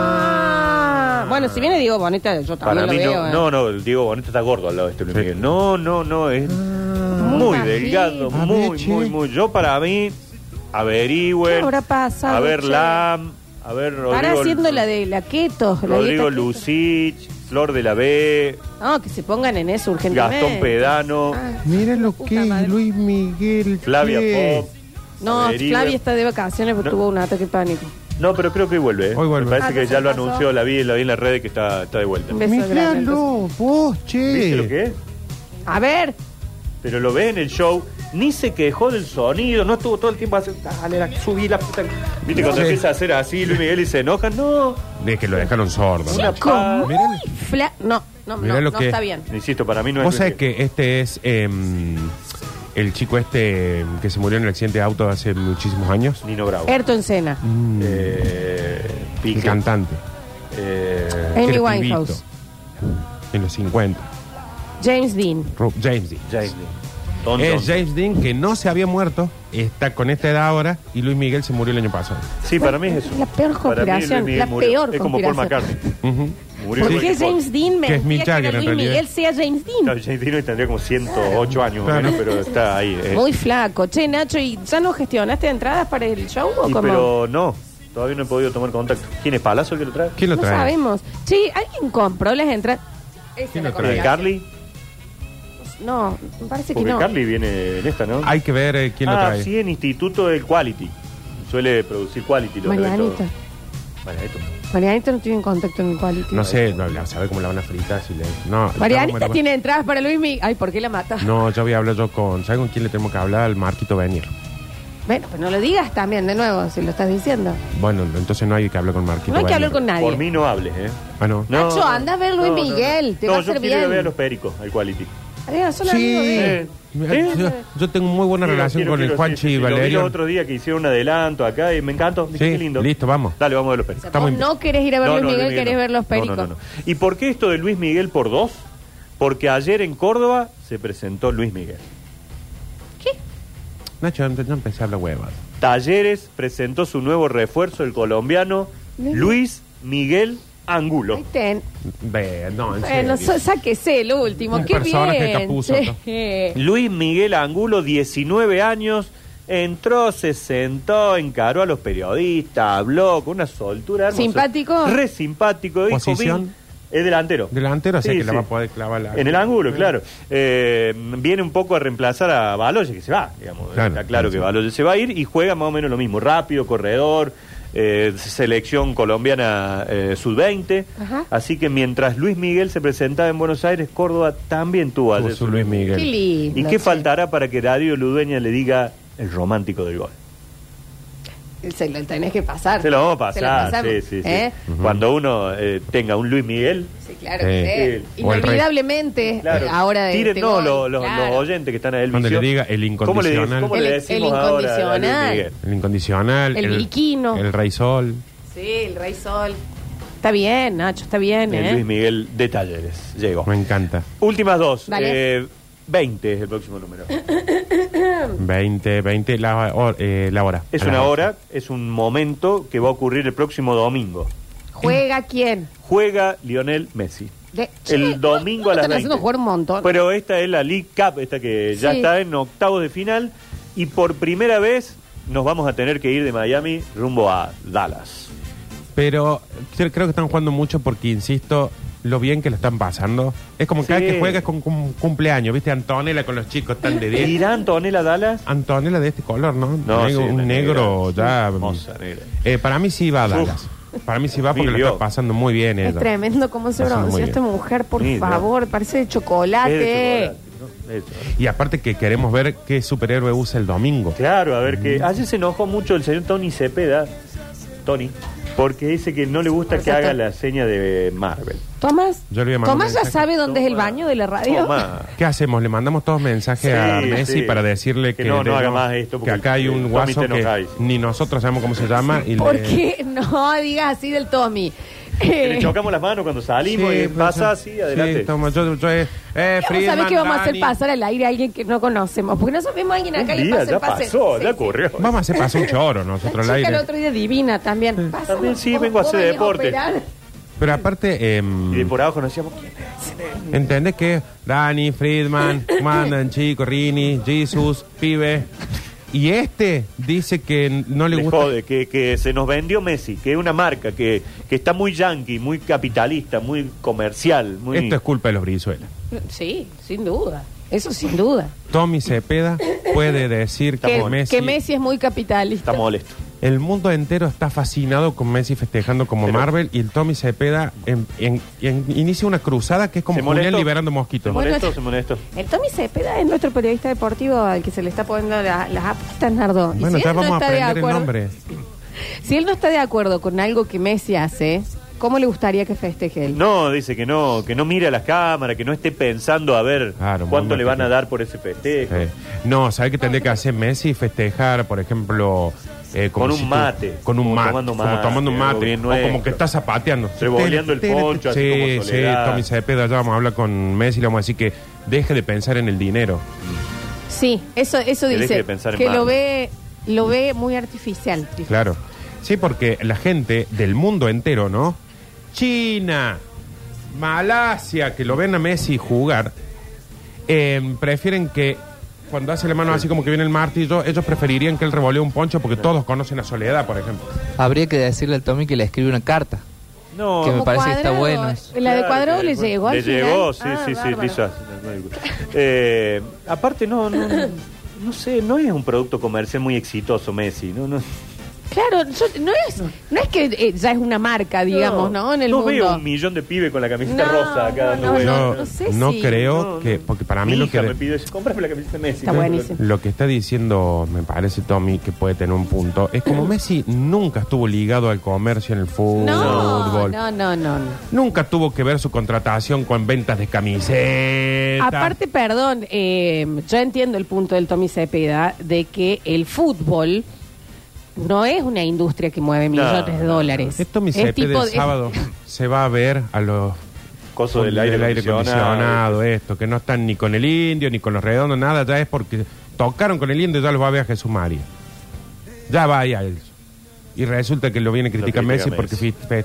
A: Ah. Bueno, si viene Diego Bonita, yo también
D: Para
A: lo
D: mí
A: veo.
D: no,
A: eh.
D: no, no, el Diego Bonito está gordo al lado de este Luis
B: Sí.
D: Miguel. No, no, no,
A: Ah,
D: es
A: Muy
D: muy delgado,
A: bajito.
D: muy,
B: che.
D: muy, muy. Yo para mí,
A: ¿Qué
D: averigüen.
A: habrá pasado,
D: A ver,
A: che?
D: Lam, a ver,
A: Para
D: Rodrigo.
A: haciendo la de la keto. la
D: Rodrigo
A: dieta keto.
D: Lucich, Flor de la B,
A: No, que se pongan en eso urgentemente.
D: Gastón Pedano,
A: Ah.
B: Mira lo
A: Puta
B: que es
A: madre.
B: Luis Miguel.
D: Flavia
B: che.
D: Pop.
A: No,
D: averigüen.
A: Flavia está de vacaciones porque
D: No.
A: tuvo un ataque de pánico.
D: No, pero creo que hoy vuelve. ¿eh?
B: Hoy vuelve.
D: Me parece
A: Ah,
D: que
A: ¿no
D: ya
A: se
D: lo
A: pasó?
D: anunció, la vi, la vi en las redes que está, está de vuelta.
A: Un beso grande.
B: Míralo, vos, che.
D: ¿Viste lo que es?
A: A ver,
B: Ah,
D: Pero lo ves en el show, ni se quejó del sonido, no estuvo todo el tiempo haciendo, dale, la, subí la puta. Viste, cuando
E: Sí.
D: empieza a hacer así, Luis Miguel y se enoja, no.
B: De que lo dejaron sordo.
D: Una
A: chico,
D: pa-
A: muy fla- No, no,
B: Mirá
A: no,
B: lo
A: no
B: que-
A: está bien.
D: Insisto, para mí no
B: Vos
D: es. Luis
B: sabés que este es em, el chico este em, que se murió en el accidente de auto hace muchísimos años.
D: Miguel. Nino Bravo.
A: Ayrton Senna,
D: Eh,
B: El
D: Piqué.
B: cantante.
D: Eh,
B: que
A: Amy
B: era pibito.
A: Winehouse,
B: En los 50.
A: James Dean.
B: Ru- James Dean.
D: James Dean. Don
B: Es
D: Johnson.
B: James Dean que no se había muerto, está con esta edad ahora y Luis Miguel se murió el año pasado.
D: Sí, para mí es eso.
A: La peor
D: Para mí
A: conspiración,
D: Luis Miguel
A: la
D: murió.
A: peor
D: Es como Paul
A: conspiración.
D: McCartney.
B: Ujú.
D: Murió
A: ¿Por
D: igual
A: qué
D: que Paul.
A: James Dean me
B: Que es Mick Jagger, en
A: Luis
B: realidad.
A: Miguel sea James
D: No,
A: Dean?
D: James Dean hoy tendría como 108 años,
B: Claro.
D: menos, pero está ahí. eh.
A: Muy flaco. Che, Nacho, ¿y ya no gestionaste entradas para el show o
D: Y
A: cómo?
D: pero no, todavía no he podido tomar contacto. ¿Quién es Palazzo el que lo trae?
B: ¿Quién lo
A: no
B: trae?
A: sabemos. Che, ¿alguien compró las entradas?
B: ¿Quién lo
D: Eh, Carly,
A: No, me parece Este que
D: porque
A: no.
D: Carly viene en esta, ¿no?
B: Hay que ver eh, quién lo
D: ah,
B: trae.
D: sí, en Instituto del Quality. Suele producir Quality. Los
A: Marianita.
D: eventos. Marianita.
A: Marianita no tiene contacto en el quality.
B: No sé, no, la- sabe cómo la van a fritar si le. No,
A: Marianita
B: no, bueno,
A: tiene entradas para Luis Miguel. Ay, ¿por qué la mata?
B: No, yo voy a hablar yo con. ¿Sabe con quién le tenemos que hablar? Al Marquito Venir.
A: Bueno, pues no lo digas también de nuevo, si lo estás diciendo.
B: Bueno, entonces no hay que hablar con Marquito
A: No hay que
B: Vanier.
A: hablar con nadie.
D: Por mí no hables, ¿eh?
B: Ah, no.
D: No,
A: Nacho, anda a ver Luis Miguel, te
D: no,
A: va a
D: yo
A: hacer
D: quiero ir a
A: bien.
D: ver a los pericos, al Quality.
A: Ariel, son amigos
B: Sí.
A: de-
D: él.
B: Mira,
D: Sí.
B: Yo, yo tengo muy buena
D: Quiero,
B: relación
D: eh. quiero,
B: con el
D: quiero,
B: Juanchi
D: sí,
B: y
D: sí, Lo vi
B: Valerio.
D: los otros días que hicieron un adelanto acá y me encantó. Dije,
B: Sí,
D: qué lindo.
B: listo, vamos.
D: Dale, vamos a ver los
A: O
D: pericos.
A: sea,
B: Está
A: vos
B: muy-
A: no querés ir a ver Luis Miguel, querés
D: no.
A: ver los
D: No,
A: pericos.
D: no, no, no. ¿Y por qué esto de Luis Miguel por dos? Porque ayer en Córdoba se presentó Luis Miguel.
B: Nacho, no, no empecé a hablar huevas.
D: Talleres presentó su nuevo refuerzo, el colombiano Luis Miguel Angulo.
A: Ahí ten.
B: Ve, no, en
A: Bueno,
B: serio.
A: so- sáquese el último.
B: Un
A: Qué
B: personaje
A: bien.
B: capuzo,
A: che.
D: Luis Miguel Angulo, 19 años, entró, se sentó, encaró a los periodistas, habló con una soltura hermosa.
A: ¿Simpático?
D: Re simpático. dijo,
B: ¿Posición?
D: "Vin- Es delantero.
B: Delantero, o sea
D: Sí,
B: que la
D: sí.
B: va a poder clavar la-
D: En el ángulo, claro. Eh, viene un poco a reemplazar a Baloye, que se va, digamos.
B: Claro,
D: Está claro
B: claro,
D: que
B: sí.
D: Baloye se va a ir y juega más o menos lo mismo. Rápido, corredor, eh, selección colombiana eh, sub-20.
A: Ajá.
D: Así que mientras Luis Miguel se presentaba en Buenos Aires, Córdoba también tuvo
B: Tuvo
D: ayer
B: su Luis
A: Qué
B: Miguel.
A: lindo.
D: ¿Y qué
A: che.
D: faltará para que Darío Ludueña le diga el romántico del gol?
A: Se lo tenés que pasar.
D: Se lo vamos a
A: Se lo
D: pasar,
A: pasamos,
D: sí, sí, sí.
A: ¿eh?
D: Cuando uno eh, tenga un Luis Miguel,
A: Sí, claro.
B: Sí.
A: que sí.
D: Sí.
B: O el rey.
A: Inolvidablemente,
D: Claro.
A: eh, ahora de
D: Tiren,
A: este
D: no,
A: gol,
D: lo- lo-
A: claro.
D: los oyentes que están a él.
B: Cuando le diga el incondicional.
D: ¿Cómo le,
A: El-
D: decimos
A: el
D: ahora a Luis
A: incondicional.
D: Miguel?
B: El incondicional.
A: El Viquino.
B: El Rey Sol.
A: Sí, el Rey Sol. Está bien, Nacho, está bien,
D: El
A: ¿eh?
D: Luis Miguel de Talleres. Llegó.
A: Oh.
B: Me
A: *laughs*
B: encanta.
D: Últimas dos.
A: Dale.
D: Eh, 20 es el próximo
A: *laughs*
D: número.
B: 20, 20, la, hor- eh, la hora.
D: Es
B: A las
D: una
B: ocho.
D: hora, es un momento que va a ocurrir el próximo domingo.
A: ¿Juega quién? *laughs*
D: Juega Lionel Messi.
A: De- Che,
D: El domingo a
A: ¿no
D: las
A: están
D: 20.
A: haciendo jugar un montón.
D: Pero esta es la League Cup, esta que ya
A: Sí.
D: está en octavos de final. Y por primera vez nos vamos a tener que ir de Miami rumbo a Dallas.
B: Pero cre- creo que están jugando mucho porque, insisto, lo bien que lo están pasando. Es como cada
D: Sí.
B: vez que juegas con cum- cumpleaños, ¿viste? Antonella con los chicos tan de 10.
D: ¿Irá Antonella a Dallas?
B: Antonella de este color, ¿no?
D: No,
B: Negro-
D: sí, una
B: un negro
D: negra.
B: ya. mm,
D: Hermosa, negra.
B: Eh, para mí sí va a Dallas. Para mí sí va porque
D: Vivió.
B: lo está pasando muy bien.
A: Es
B: ella.
A: tremendo cómo se
B: Pasando
A: bronceó
B: muy
A: esta
B: bien.
A: mujer, por
D: Sí, no.
A: favor. Parece de chocolate.
D: Es de chocolate, ¿no? Es de chocolate.
B: Y aparte que queremos ver qué superhéroe usa el domingo.
D: Claro, a ver
B: Mm.
D: que ayer se enojó mucho el señor Tony Cepeda, Tony, porque dice que no le gusta que haga la seña de Marvel.
A: Tomás,
B: Yo le voy a mandar
A: Tomás
B: un
A: ya
B: mensaje.
A: sabe dónde es el
D: Toma.
A: baño de la radio.
D: Toma.
B: ¿Qué hacemos? ¿Le mandamos todos mensajes a
D: Sí,
B: Messi
D: sí.
B: para decirle
D: Que
B: que,
D: no, no
B: le-
D: haga más esto,
B: Que
D: porque
B: acá hay
D: el-
B: un
D: el
B: guaso
D: Tommy te
B: que
D: enojáis.
B: ni nosotros sabemos cómo se llama. Y
A: ¿Por
B: le-
A: qué no digas así del Tommy?
D: Que le
A: *laughs* Eh,
D: chocamos las manos cuando salimos
B: Sí,
D: y
B: pero
D: pasa
B: yo-
D: así, eh, adelante.
B: sí, toma, yo- yo- eh, eh,
A: ¿Vamos a ver
B: Friedman,
A: que vamos a hacer
B: Dani.
A: pasar al aire a alguien que no conocemos? Porque no sabemos a alguien
D: Un
A: acá le
D: día
A: pasa
D: ya
A: el pase.
D: pasó,
A: Sí,
D: ya
A: sí.
D: ocurrió.
B: Vamos a hacer pasar
A: *laughs*
B: un choro nosotros al
A: La chica el
B: aire.
A: otro día divina también. Pasa,
D: También sí,
A: ¿cómo-
D: vengo a
A: cómo
D: hacer
A: venís
D: deporte.
A: operar?
B: Pero aparte, em,
D: Y de por abajo nos decíamos, ¿quién es?
B: ¿entendés que Dani, Friedman,
A: *laughs*
B: Mandan, Chico, Rini, Jesus, Pibe? Y este dice que no le
D: Le
B: gusta.
D: jode, que, que se nos vendió Messi, que es una marca que, que está muy yankee, muy capitalista, muy comercial, muy...
B: Esto es culpa de los brizuelas.
A: Sí, sin duda. Eso sin duda.
B: Tommy Cepeda puede decir
D: Que-
B: que,
A: Que,
B: Messi
A: que Messi es muy capitalista.
D: Está molesto.
B: es El mundo entero está fascinado con Messi festejando como
D: Pero-
B: Marvel y el Tommy Cepeda en- en- en- inicia una cruzada que es como
D: ¿Se
B: Julián
D: molestó?
B: liberando
D: Se
B: mosquitos.
G: Bueno,
D: molestó,
G: es-
D: se molestó.
G: El Tommy Cepeda es nuestro periodista deportivo al que se le está poniendo la- las apuestas, Nardo. Y
B: Bueno,
G: si
B: ya
G: él no
B: vamos a
G: está de
B: aprender el
G: acuerdo-
B: nombre.
G: Si él no está de acuerdo con algo que Messi hace, ¿cómo le gustaría que festeje él?
D: No, dice que no, que no mire a las cámaras, que no esté pensando a ver
B: Claro,
D: cuánto
B: mamá,
D: le van a
B: que-
D: dar por ese festejo.
B: Eh, no, ¿sabe qué tendría que hacer Messi? Festejar, por ejemplo... eh, como
D: Con un
B: si tú-
D: mate.
B: Con un
D: Como
B: mate.
D: tomando
B: Como
D: mate,
B: tomando un
D: algo
B: mate.
D: bien
B: O como
D: nuestro.
B: que está zapateando.
D: Reboleando el poncho, así
B: Sí,
D: como
B: sí,
D: Soledad.
B: Tommy Cepeda. Ya vamos a hablar con Messi. Le vamos a decir que deje de pensar en el dinero.
G: Sí, eso, eso
D: Que deje
G: dice.
D: de pensar en
G: Que lo ve,
D: Marvel.
G: lo ve muy artificial.
B: Claro. Sí, porque la gente del mundo entero, ¿no? China, Malasia, que lo ven a Messi jugar, eh, prefieren que cuando hace la mano así como que viene el martillo, ellos preferirían que él revolee un poncho porque todos conocen a Soledad, por ejemplo.
C: Habría que decirle al Tommy que le escribe una carta.
D: No,
C: Que me
G: Como
C: parece que está
G: Cuadrado,
C: bueno.
G: La de cuadrado le llegó al
D: Le
G: final?
D: llegó, sí,
G: Ah,
D: sí, sí,
G: bárbaro.
D: le hizo así. Eh, aparte, no, no, no sé, no es un producto comercial muy exitoso, Messi. No, no,
G: Claro, yo- no, es, no es que eh, ya es una marca, digamos, ¿no? En el
D: no
G: mundo.
D: veo un millón de pibes con la camiseta
G: No,
D: rosa acá
G: no,
D: dando
G: no,
D: vueltas.
G: no,
B: Yo
G: no sé
B: no
G: si-
B: creo
D: No, no.
B: que, porque para mí
D: Mi
B: lo
D: hija
B: que...
D: me pidió, dice, "Cómprame la camiseta de Messi.
G: Está buenísimo.
B: Lo que está diciendo, me parece, Tommy, que puede tener un punto, es como Messi nunca estuvo ligado al comercio en el fútbol.
G: No, no, no, no. no.
B: Nunca tuvo que ver su contratación con ventas de camisetas.
G: Aparte, perdón, eh, yo entiendo el punto del Tommy Cepeda de que el fútbol no es una industria que mueve millones de dólares.
B: esto mi
G: pues, Es
B: CP
G: tipo
B: del
G: de-
B: sábado se va a ver a los
D: Coso del aire acondicionado.
B: esto, que no están ni con el indio, ni con los redondos, nada, ya es porque tocaron con el indio, ya lo va a ver a Jesús María. Ya va ahí a él. Y resulta que lo viene a criticar
D: critica
B: Messi
D: Messi.
B: porque fi- fe-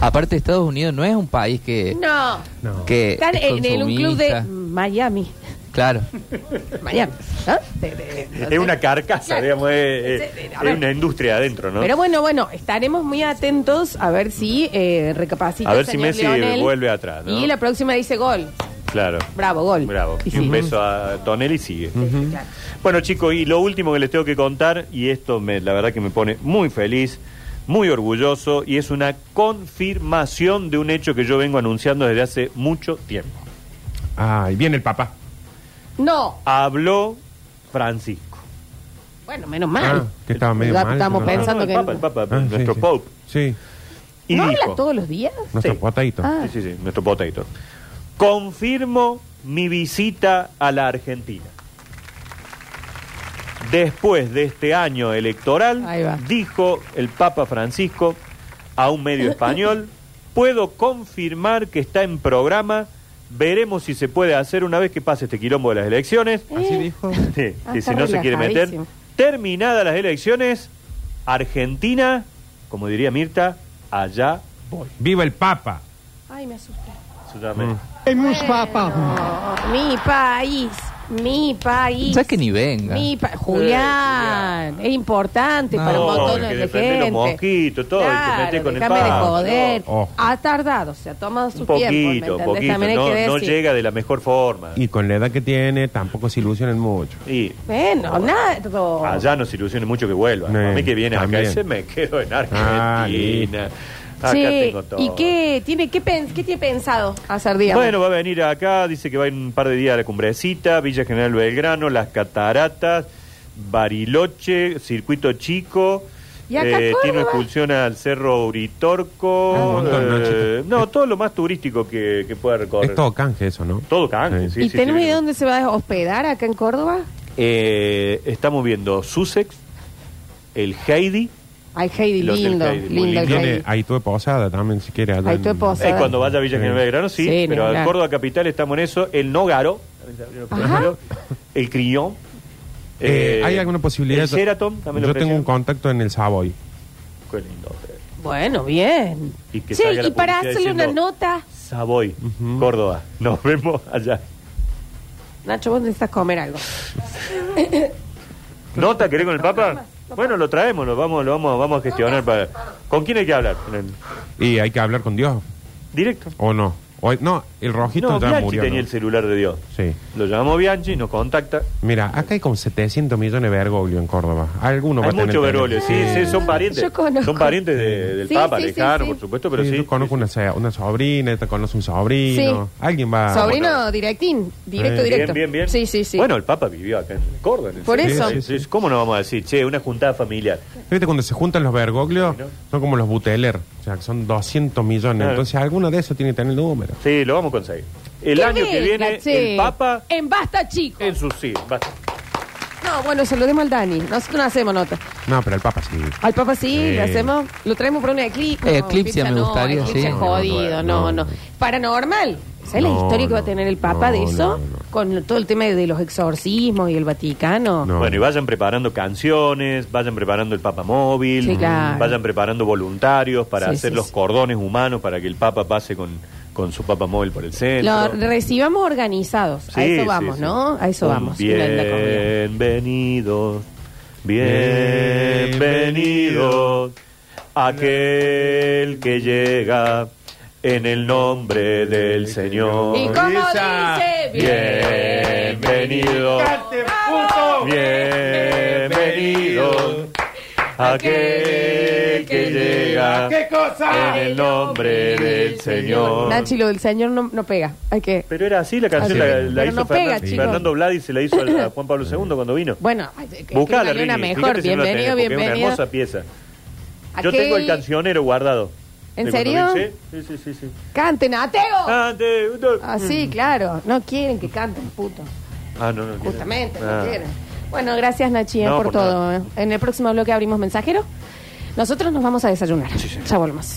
C: Aparte, Estados Unidos no es un país que.
G: No.
B: no.
C: que
G: Están
C: es
G: en, el- un club de
C: consumista.
G: Miami. *laughs*
C: Claro.
G: Miami. ¿no? De- de- de-
D: Es una carcasa,
G: Claro.
D: digamos, es,
G: Sí,
D: es-
G: sí, a
D: es
G: ver.
D: una industria adentro, ¿no?
G: Pero bueno, bueno, estaremos muy atentos a ver si eh, recapacita.
D: A ver
G: el
D: si
G: señor
D: Messi
G: Lionel.
D: vuelve atrás, ¿no?
G: Y la próxima dice gol.
D: Claro.
G: Bravo, gol.
D: Bravo.
G: Y
D: Y un
G: sí.
D: beso a Tonel y sigue. Bueno, chicos, y lo último que les tengo que contar, y esto me, la verdad que me pone muy feliz, muy orgulloso, y es una confirmación de un hecho que yo vengo anunciando desde hace mucho tiempo.
B: Ay, viene el papá.
G: No.
D: Habló Francisco.
G: Bueno, menos mal.
B: Ah, que estaba medio
G: Ya
B: mal.
G: estamos
B: ¿no?
G: pensando.
D: el
G: que-
D: Papa, el Papa,
B: Ah, sí,
D: nuestro
B: sí.
D: Pope.
B: Sí,
D: Y
G: ¿No habla
D: dijo-
G: todos los días?
B: nuestro
D: Sí.
B: potadito.
G: Ah.
D: Sí, sí, sí, nuestro potato. Confirmo mi visita a la Argentina. Después de este año electoral,
G: Ahí va.
D: dijo el Papa Francisco a un
G: *laughs*
D: medio español, puedo confirmar que está en programa, veremos si se puede hacer una vez que pase este quilombo de las elecciones.
B: Así dijo.
D: *laughs* Sí,
G: Eh. Ah,
D: que
G: está
D: si no se quiere meter.
G: relajadísimo.
D: Terminadas las elecciones, Argentina, como diría Mirta, allá
B: Viva el papa.
G: Ay, me asusté.
B: Mm.
D: absolutamente.
G: Mi país, mi país.
C: Ya que ni venga.
G: Mi pa- Julián, es importante
C: No,
G: para un montón
D: el que
G: de
D: defende los
G: gente.
D: mosquitos, todo, el que mete con el
G: déjame de
D: pavo,
G: joder.
B: no. Ojo.
G: Ha tardado, se ha tomado su
D: Un
G: tiempo.
D: poquito,
G: ¿me
D: un
G: entendés?
D: poquito.
G: También hay
D: No,
G: que
D: no
G: decir.
D: llega de la mejor forma.
B: Y con la edad que tiene, tampoco se ilusionen mucho.
D: Y
G: Bueno, Nardo.
D: allá nos ilusione mucho que vuelva.
B: Sí,
D: a mí que viene acá
B: también.
D: ese me quedo en
B: Ah,
D: Argentina. acá
G: Che,
D: tengo todo.
G: ¿Y qué tiene, qué, pens- qué tiene pensado hacer, digamos?
D: Bueno, va a venir acá, dice que va a ir un par de días a la cumbrecita, Villa General Belgrano, Las Cataratas, Bariloche, Circuito Chico. eh,
G: ¿Y acá Córdoba?
D: tiene una excursión al Cerro Uritorco.
B: Ah, un montón, ¿no,
D: eh,
B: chicos?
D: no, todo lo más turístico que, que pueda recorrer.
B: Es todo canje eso, ¿no?
D: Todo canje, sí,
G: ¿Y
D: sí,
G: tenemos
D: sí.
G: idea dónde se va a hospedar acá en Córdoba?
D: Eh, estamos viendo Sussex, el Heidi.
G: Ay, Heidi,
D: El hotel
G: lindo.
D: Heidi, muy
G: lindo el
D: lindo.
B: Viene
G: Heidi.
B: ahí tuve posada también, si quiere. allá
G: Ahí
B: en-
G: tuve posada.
D: Eh, cuando vaya a Villa
B: Sí.
D: General Belgrano, sí,
G: Sí, ni
D: pero
G: hablar.
D: en Córdoba Capital estamos en eso. El Nógaro,
G: Ajá.
D: el Crillón.
B: Eh, ¿Hay alguna posibilidad?
D: El Sheraton también
B: Yo
D: lo
B: tengo un
D: ofrecen.
B: contacto en el Savoy.
D: Qué lindo. eh.
G: Bueno, bien.
D: Y que
G: Che,
D: salga la
G: y para
D: publicidad
G: hacerle una
D: diciendo,
G: nota,
D: Savoy, Córdoba. Nos vemos allá.
G: Nacho, vos necesitas comer algo.
D: ¿Nota querés con el Papa? Bueno, lo traemos, lo vamos, lo vamos, vamos a gestionar para. ¿Con quién hay que hablar? En el
B: ¿Y hay que hablar con Dios
D: directo.
B: o no? Hoy- no, el rojito
D: no,
B: ya
D: Bianchi
B: murió.
D: tenía
B: ¿no?
D: el celular de Dios.
B: Sí.
D: Lo llamó Bianchi, nos contacta.
B: Mira, acá hay como 700 millones de Bergoglio en Córdoba. Alguno va
D: Hay
B: a tener
D: muchos
B: que-
D: Bergoglio, sí, sí, son parientes.
G: Yo conozco.
D: Son parientes de- del
G: Sí,
D: Papa,
G: sí, sí,
D: lejano,
G: sí.
D: por supuesto, pero sí.
B: yo conozco una, so- una sobrina, esta conoce un sobrino. Alguien va.
G: Sobrino directín, directo,
B: Eh,
D: Bien,
G: directo.
D: bien, bien.
G: Sí, sí, sí.
D: Bueno, el Papa vivió acá en Córdoba. en el
G: Por
D: sur.
G: eso.
D: Sí, sí, sí. ¿Cómo no vamos a decir? Che, una juntada familiar.
B: ¿Viste cuando se juntan los Bergoglio?
D: Bueno.
B: Son como los Buteler. O sea, que son 200 millones.
D: Claro.
B: Entonces, alguno de esos tiene que tener el número.
D: Sí, lo vamos a conseguir. El
G: Qué
D: año
G: venga,
D: que viene,
G: che.
D: el Papa
G: En basta, chicos.
D: en su sí. basta.
G: No, bueno, se lo demos al Dani. Nosotros no hacemos nota.
B: No, pero el Papa sí.
G: Al Papa sí,
B: Sí.
G: le hacemos. Lo traemos por una eclipse.
C: Eh, eclipse me gustaría,
G: eclipse
C: sí.
G: es jodido, no,
B: No,
G: no.
B: no.
G: Paranormal. ¿Sabes la
B: No,
G: historia que va a
B: no,
G: tener el Papa de
B: no,
G: eso?
B: no, no.
G: Con todo el tema de los exorcismos y el Vaticano.
B: No.
D: Bueno, y vayan preparando canciones, vayan preparando el Papa Móvil,
G: Sí, claro.
D: vayan preparando voluntarios para
G: Sí,
D: hacer
G: sí,
D: los
G: sí.
D: cordones humanos para que el Papa pase con, con su Papa Móvil por el
G: Lo
D: centro.
G: recibamos organizados.
D: Sí,
G: a eso
D: sí,
G: vamos,
D: sí.
G: ¿no? A eso
D: Un
G: vamos. Linda comida.
D: Bienvenidos, bienvenidos, aquel que llega en el nombre del Señor.
G: Y como
B: Esa.
G: dice,
D: Bienvenido, bienvenido, aquel que llega en el nombre del Señor.
G: Nachi, lo del Señor no, no pega. Hay que.
D: Pero era así la canción,
B: Ah, sí.
D: la, la
G: Pero
D: hizo
G: no pega,
D: Fernan-
G: chicos.
D: Fernando Vladi se la hizo al- a Juan Pablo II cuando vino.
G: Bueno, hay que-
D: Buscala,
G: escríbanle una
D: Rini,
G: mejor.
D: fíjate si no la
G: Bienvenido,
D: tenés, porque es
G: bienvenido.
D: una hermosa pieza. Yo
G: Aquel-
D: tengo el cancionero guardado.
G: ¿En
D: De cuando
G: serio?
D: vine, Sí, sí, sí. sí.
G: Canten, ateo.
D: Ah, Mm. de- de-
G: Ah, sí, claro. No quieren que canten, puto.
D: Ah, no, no. quiero.
G: Justamente,
D: Ah.
G: no quieren. Bueno, gracias, Nachi, eh,
D: No,
G: por,
D: por
G: todo. eh. En el próximo bloque abrimos mensajero. Nosotros nos vamos a desayunar. ya volvemos.